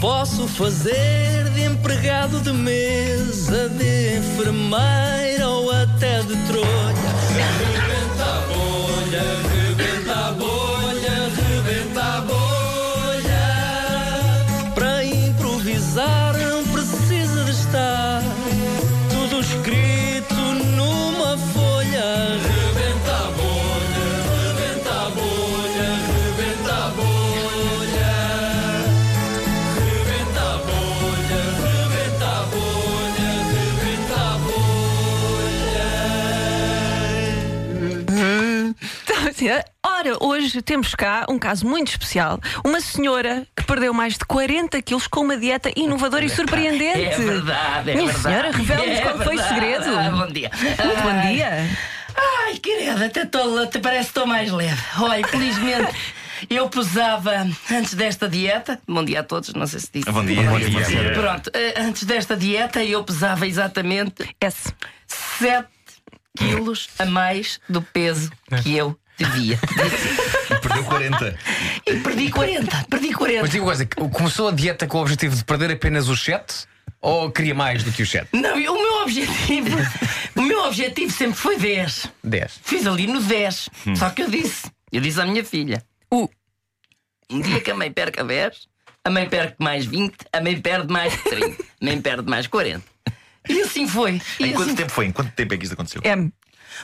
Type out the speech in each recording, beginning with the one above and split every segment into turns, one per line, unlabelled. posso fazer de empregado de mesa, de enfermeira ou até de trolha. Rebenta a bolha, rebenta a bolha, rebenta a bolha. Para improvisar não precisa de estar tudo escrito numa folha. Rebenta a bolha, rebenta a bolha, rebenta a bolha. Rebenta a bolha, rebenta a bolha, rebenta a bolha.
Então, assim, Ora, hoje temos cá um caso muito especial. Uma senhora que perdeu mais de 40 quilos com uma dieta inovadora e surpreendente.
É verdade, é
Minha
verdade.
senhora, revela-nos
É
qual foi o
verdade.
segredo.
Ah, bom dia.
Muito bom
Ai.
dia.
Ai, querida, até tô, até parece que estou mais leve. Olha, felizmente eu pesava antes desta dieta. Bom dia a todos, não sei se disse.
Bom dia, bom dia.
Pronto, eh, antes desta dieta eu pesava exatamente
S.
7 quilos a mais do peso que eu devia.
Perdeu 40.
E perdi 40, perdi 40.
Mas digo uma coisa, começou a dieta com o objetivo de perder apenas o 7 ou queria mais do que o 7?
Não, eu- o meu objetivo, o meu objetivo sempre foi 10.
10.
Fiz ali no 10.
Hum.
Só que eu disse, eu disse à minha filha:
U.
um dia que a mãe perca 10, a mãe perde mais 20, a mãe perde mais 30, a mãe perde mais 40. E assim foi. E
Em
assim
quanto tempo foi? Em quanto tempo é que isto aconteceu?
M.
foi.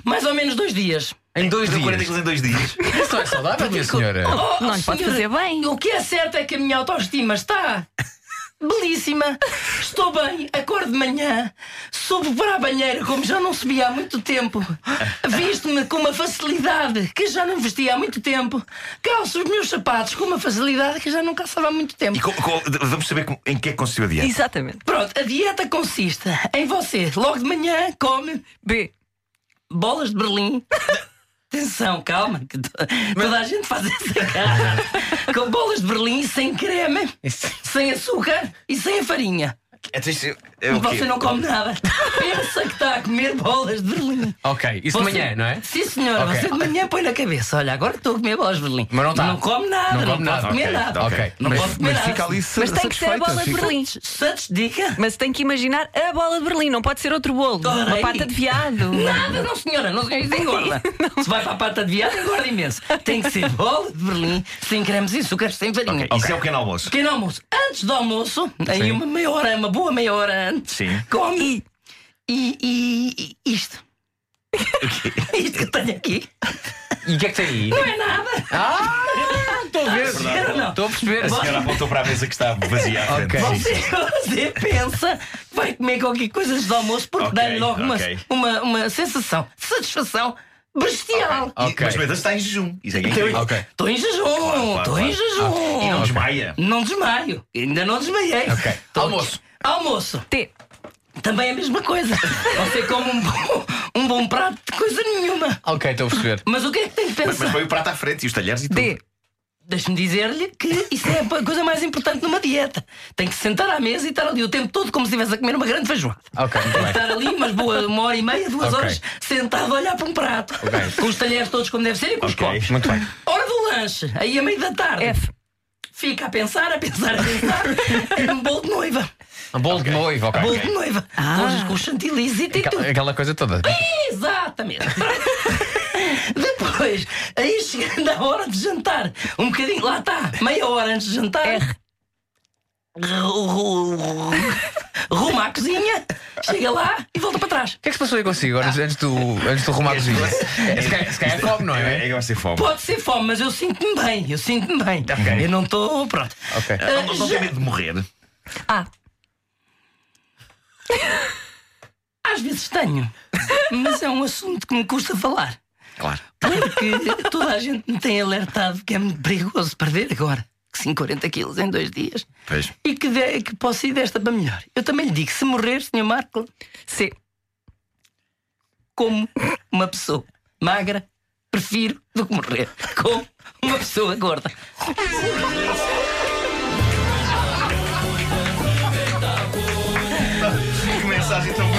Mais ou menos dois dias.
Em dois
Perdeu 40
dias.
quilos em dois dias.
Isso é saudável, minha senhora.
Oh,
Não lhe pode
senhora,
fazer bem.
O que é certo é que a minha autoestima está belíssima. Estou bem, acordo de manhã, subo para a banheira como já não subi há muito tempo. Visto-me com uma facilidade que já não vesti há muito tempo. Calço os meus sapatos com uma facilidade que já não calçava há muito tempo.
E co- co- vamos saber como- em que é que consistiu a dieta.
Exatamente.
Pronto, a dieta consiste em você, logo de manhã, come
B.
bolas de Berlim. Atenção, calma, que to- toda a gente faz essa cara. Com bolas de Berlim sem creme, sem açúcar e sem a farinha.
Então isto é o quê?
Você não come nada. Pensa que está a comer bolas de Berlim.
Ok, isso de
Você-
manhã, não é?
Sim, senhora,
Ok.
você de manhã põe na cabeça. Olha, agora estou a comer bolas de Berlim.
Mas não está.
Não come nada, não,
Não come
posso
nada,
comer
ok,
nada.
tá.
Ok,
Ok.
Não
mas
posso comer nada.
Mas tem que ser a bola de Berlim.
Se desdica.
Mas tem que imaginar a bola de Berlim, não pode ser outro bolo.
Ora
Uma
aí.
pata de viado.
Nada, não senhora, não senhora, isso engorda. Se vai para a pata de viado, engorda imenso. Tem que ser bola de Berlim, sem cremes e açúcares, sem farinha.
Ok, Isso é o pequeno almoço.
Pequeno almoço. Antes do almoço, em
Sim.
uma meia hora, uma boa meia hora antes,
Sim.
come e, e- e- isto. isto que eu tenho aqui.
E o que é que tem aí?
Não é nada.
Ah, estou a ver.
Não, não.
Estou a perceber.
A senhora apontou para a mesa que está vazia à frente.
Ok.
Sim,
Você,
sim.
você pensa que vai comer qualquer coisa antes do almoço porque
Ok,
dá-lhe logo uma,
ok.
uma, uma sensação de satisfação bestial.
E-
Ok.
Mas Pedro está em jejum. Isso é que é
Estou
incrível.
Ok.
em jejum,
claro,
estou em
claro.
jejum.
E não desmaia.
Não desmaio, ainda não desmaiei.
Ok.
Tô-
Almoço.
Almoço,
T.
também é a mesma coisa. Você come um bom, um bom prato de coisa nenhuma.
Ok, estou a perceber.
Mas o que é que tem que
Mas,
pensar?
mas foi o prato à frente e os talheres e tudo.
D.
Deixe-me dizer-lhe que isso é a coisa mais importante numa dieta. Tem que se sentar à mesa e estar ali o tempo todo como se estivesse a comer uma grande feijoada.
Ok,
Tem
muito
que
bem.
estar ali umas boas, uma hora e meia, duas
Ok.
horas, sentado a olhar para um prato.
Ok.
Com os talheres todos como deve ser e com os
Ok.
copos.
Muito bem.
Hora do lanche, aí a meio da tarde.
F.
Fica a pensar, a pensar, a pensar. Era um bolo de noiva.
Um bolo de noivo, ok.
Bolo de noiva. Hoje com chantilly e tudo.
Aquela, aquela coisa toda. é
Exatamente. Depois, aí chegando a hora de jantar. Um bocadinho, lá está, meia hora antes de jantar.
R.
Ru- ru- ru- Ruma à cozinha, chega lá e volta para trás.
O que é que se passou aí consigo agora, antes do, antes do arrumar a cozinha? Se calhar- Se calhar é fome, não é?
É, é que vai ser fome.
Pode ser fome, mas eu sinto-me bem, eu sinto-me bem.
Ok. É,
Eu não estou. Pronto.
Ok.
Ah,
Não, não
já-
tem medo de morrer.
A.
Às vezes tenho, mas é um assunto que me custa falar.
Claro.
Porque toda a gente me tem alertado que é muito perigoso perder agora. Que sim, 40 quilos em dois dias.
Pois.
E que, de- que posso ir desta para melhor. Eu também lhe digo, se morrer, Sr. Marco,
C.
como uma pessoa magra, prefiro do que morrer. Como uma pessoa gorda.
Que mensagem tão